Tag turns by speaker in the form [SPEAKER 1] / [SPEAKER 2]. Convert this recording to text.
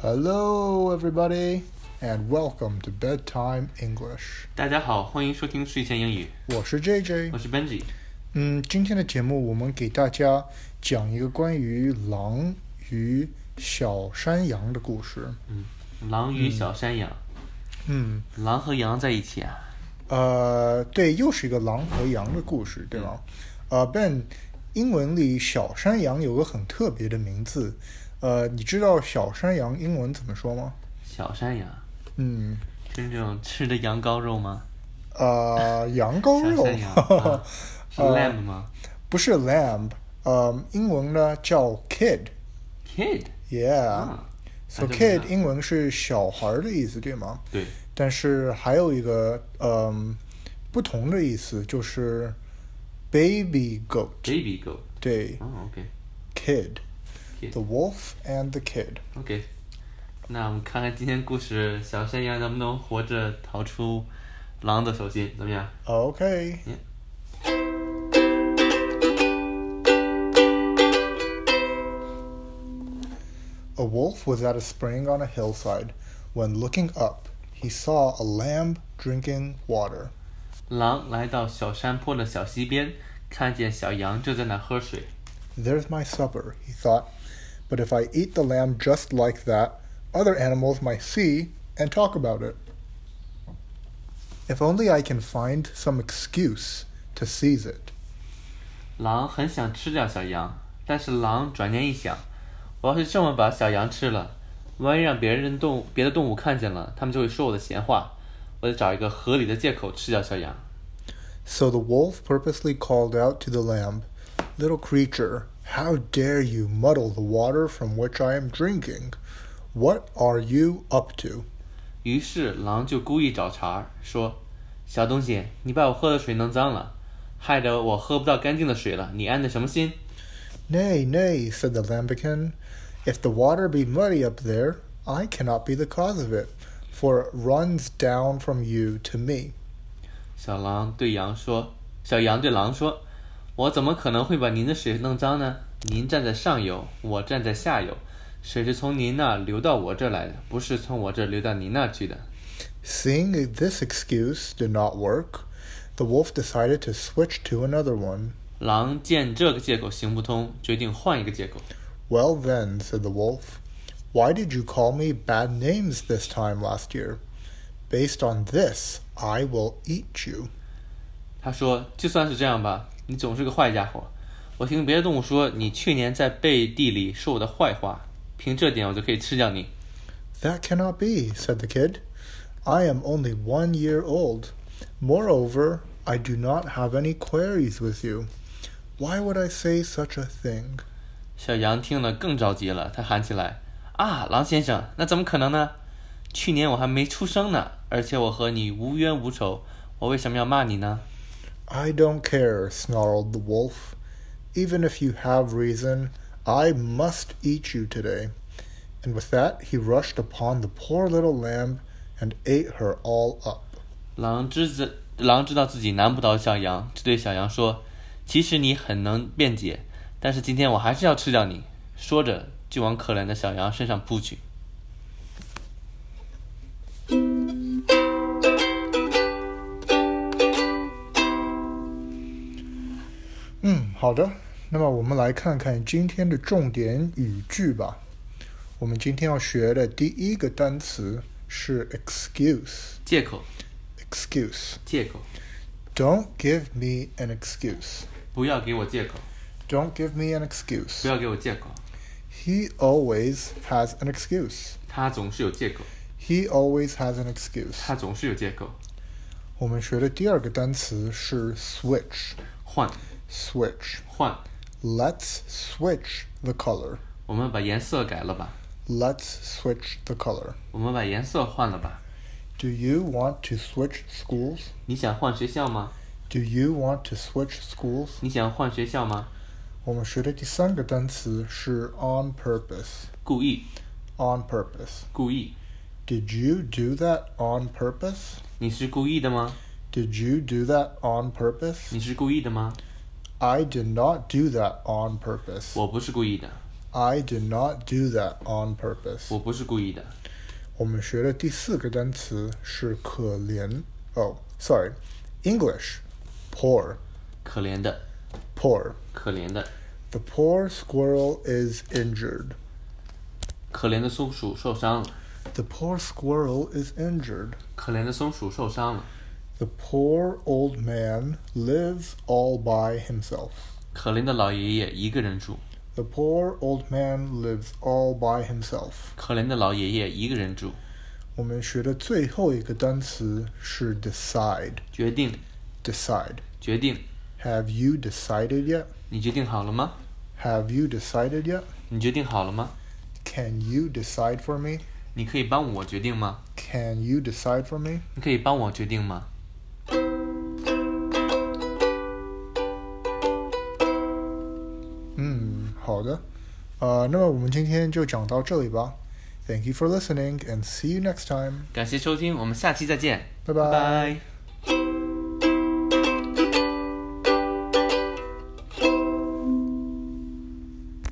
[SPEAKER 1] Hello, everybody, and welcome to bedtime English.
[SPEAKER 2] 大家好，欢迎收听睡前英语，
[SPEAKER 1] 我是 JJ
[SPEAKER 2] 我。是 Benji。
[SPEAKER 1] 嗯，今天的节目我们给大家讲一个关于狼与小山羊的故事。
[SPEAKER 2] 狼与小山羊，
[SPEAKER 1] 嗯，
[SPEAKER 2] 狼和羊在一起啊，
[SPEAKER 1] 呃，对，又是一个狼和羊的故事，对吧？呃，Ben，英文里小山羊有个很特别的名字，呃，你知道小山羊英文怎么说吗？
[SPEAKER 2] 小山羊
[SPEAKER 1] 嗯，
[SPEAKER 2] 就是那种吃的羊羔肉吗？
[SPEAKER 1] 呃，羊羔
[SPEAKER 2] 小
[SPEAKER 1] 肉
[SPEAKER 2] 山羊、啊、是
[SPEAKER 1] 呃
[SPEAKER 2] lamb 吗
[SPEAKER 1] 不是 lamb，呃，英文呢叫
[SPEAKER 2] ？Kid
[SPEAKER 1] kid，yeah，so
[SPEAKER 2] 啊，那就不一
[SPEAKER 1] kid
[SPEAKER 2] 样
[SPEAKER 1] 英文是小孩儿的意思，对吗？
[SPEAKER 2] 对，
[SPEAKER 1] 但是还有一个嗯不同的意思就是 baby goat，
[SPEAKER 2] baby goat。
[SPEAKER 1] 对
[SPEAKER 2] 哦，OK，OK，、
[SPEAKER 1] ，kid，the wolf and the kid，
[SPEAKER 2] OK，那我们看看今天故事，小山羊能不能活着逃出狼的手心？怎么样？
[SPEAKER 1] OK，
[SPEAKER 2] Yeah.
[SPEAKER 1] A wolf was at a spring on a hillside. When looking up, he saw a lamb drinking water.
[SPEAKER 2] 狼来到小山坡的小溪边，看见小羊正在那喝水。
[SPEAKER 1] There's my supper, he thought. But if I eat the lamb just like that, other animals might see and talk about it. If only I can find some excuse to seize it.
[SPEAKER 2] 狼很想吃掉小羊，但是狼转念一想，我要是这么把小羊吃了，万一让别人动物别的动物看见了，他们就会说我的闲话。我得找一个合理的借口吃掉小羊。
[SPEAKER 1] So the wolf purposely called out to the lamb, Little creature, how dare you muddle the water from which I am drinking? What are you up to?
[SPEAKER 2] 于是狼就故意找茬儿，说：“小东西，你把我喝的水弄脏了，害得我喝不到干净的水了，你安的什么心？
[SPEAKER 1] Nay, nay, said the lambikin, if the water be muddy up there, I cannot be the cause of it, for it runs down from you to me.
[SPEAKER 2] 小狼对羊说：“小羊对狼说，我怎么可能会把您的水弄脏呢？您站在上游，我站在下游，水是从您那儿流到我这儿来的，不是从我这儿流到您那儿去的。
[SPEAKER 1] Seeing this excuse did not work, the wolf decided to switch to another one. ”
[SPEAKER 2] 狼见这个借口行不通，决定换一个借口。
[SPEAKER 1] Well, then, said the wolf, why did you call me bad names this time last year? Based on this, I will eat you.
[SPEAKER 2] 他说：“就算是这样吧，你总是个坏家伙。我听别的动物说，你去年在背地里说我的坏话，凭这点我就可以吃掉你。
[SPEAKER 1] That cannot be, said the kid. I am only one year old. Moreover, I do not have any queries with you. Why would I say such a thing? ”
[SPEAKER 2] 小羊听了更着急了，他喊起来：“啊，狼先生，那怎么可能呢？去年我还没出生呢，而且我和你无冤无仇，我为什么要骂你呢？
[SPEAKER 1] I don't care, snarled the wolf. Even if you have reason, I must eat you today. And with that, he rushed upon the poor little lamb and ate her all up.
[SPEAKER 2] 狼知子，狼知道自己难不倒小羊，只对小羊说：“其实你很能辩解，但是今天我还是要吃掉你。”说着就往可怜的小羊身上扑去。
[SPEAKER 1] 嗯，Hmm, 好的。那么我们来看看今天的重点语句吧。我们今天要学的第一个单词是 excuse。
[SPEAKER 2] 借口，
[SPEAKER 1] excuse。
[SPEAKER 2] 借口，
[SPEAKER 1] Don't give me an excuse.
[SPEAKER 2] 不要给我借口，
[SPEAKER 1] Don't give me an
[SPEAKER 2] 不
[SPEAKER 1] excuse.
[SPEAKER 2] 要给我借口。
[SPEAKER 1] He always has an excuse.
[SPEAKER 2] 他总是有借口，
[SPEAKER 1] He always has an excuse.
[SPEAKER 2] 他总是有借口。
[SPEAKER 1] 我们学的第二个单词是 switch。
[SPEAKER 2] 换，
[SPEAKER 1] switch.
[SPEAKER 2] 换，
[SPEAKER 1] Let's switch the color.
[SPEAKER 2] 我们把颜色改了吧，
[SPEAKER 1] Let's switch the color.
[SPEAKER 2] 我们把颜色换了吧。
[SPEAKER 1] Do you want to switch schools?
[SPEAKER 2] 你想换学校吗？
[SPEAKER 1] Do you want to switch schools?
[SPEAKER 2] 你想换学校吗？
[SPEAKER 1] 我们学的第三个单词是 on purpose.
[SPEAKER 2] 故意，
[SPEAKER 1] On purpose.
[SPEAKER 2] 故意，
[SPEAKER 1] Did you do that on purpose?
[SPEAKER 2] 你是故意的吗？
[SPEAKER 1] Did you do that on purpose?
[SPEAKER 2] 你是故意的吗？
[SPEAKER 1] I did not do that on purpose.
[SPEAKER 2] 我不是故意的，
[SPEAKER 1] I did not do that on purpose。
[SPEAKER 2] 我不是故意的。
[SPEAKER 1] 我们学的第四个单词是可怜。哦、s o r r y e n g l i s h p o o r
[SPEAKER 2] 可怜的，
[SPEAKER 1] p o o r
[SPEAKER 2] 可怜的，
[SPEAKER 1] The poor squirrel is injured.
[SPEAKER 2] 可怜的松鼠受伤了，
[SPEAKER 1] The poor squirrel is injured.
[SPEAKER 2] 可怜的松鼠受伤了，
[SPEAKER 1] The poor old man lives all by himself.
[SPEAKER 2] 可怜的老爷爷一个人住，
[SPEAKER 1] The poor old man lives all by himself.
[SPEAKER 2] 可怜的老爷爷一个人住。
[SPEAKER 1] 我们学的最后一个单词是 decide.
[SPEAKER 2] 决定，
[SPEAKER 1] Decide.
[SPEAKER 2] 决定，
[SPEAKER 1] Have you decided yet?
[SPEAKER 2] 你决定好了吗？
[SPEAKER 1] Have you decided yet?
[SPEAKER 2] 你决定好了吗？
[SPEAKER 1] Can you decide for me?
[SPEAKER 2] 你可以帮我决定吗？
[SPEAKER 1] Can you decide for me?
[SPEAKER 2] 你可以帮我决定吗？
[SPEAKER 1] 嗯，好的，呃，那么我们今天就讲到这里吧。Thank you for listening and see you next time.
[SPEAKER 2] 感谢收听，我们下期再见，
[SPEAKER 1] 拜拜
[SPEAKER 2] 拜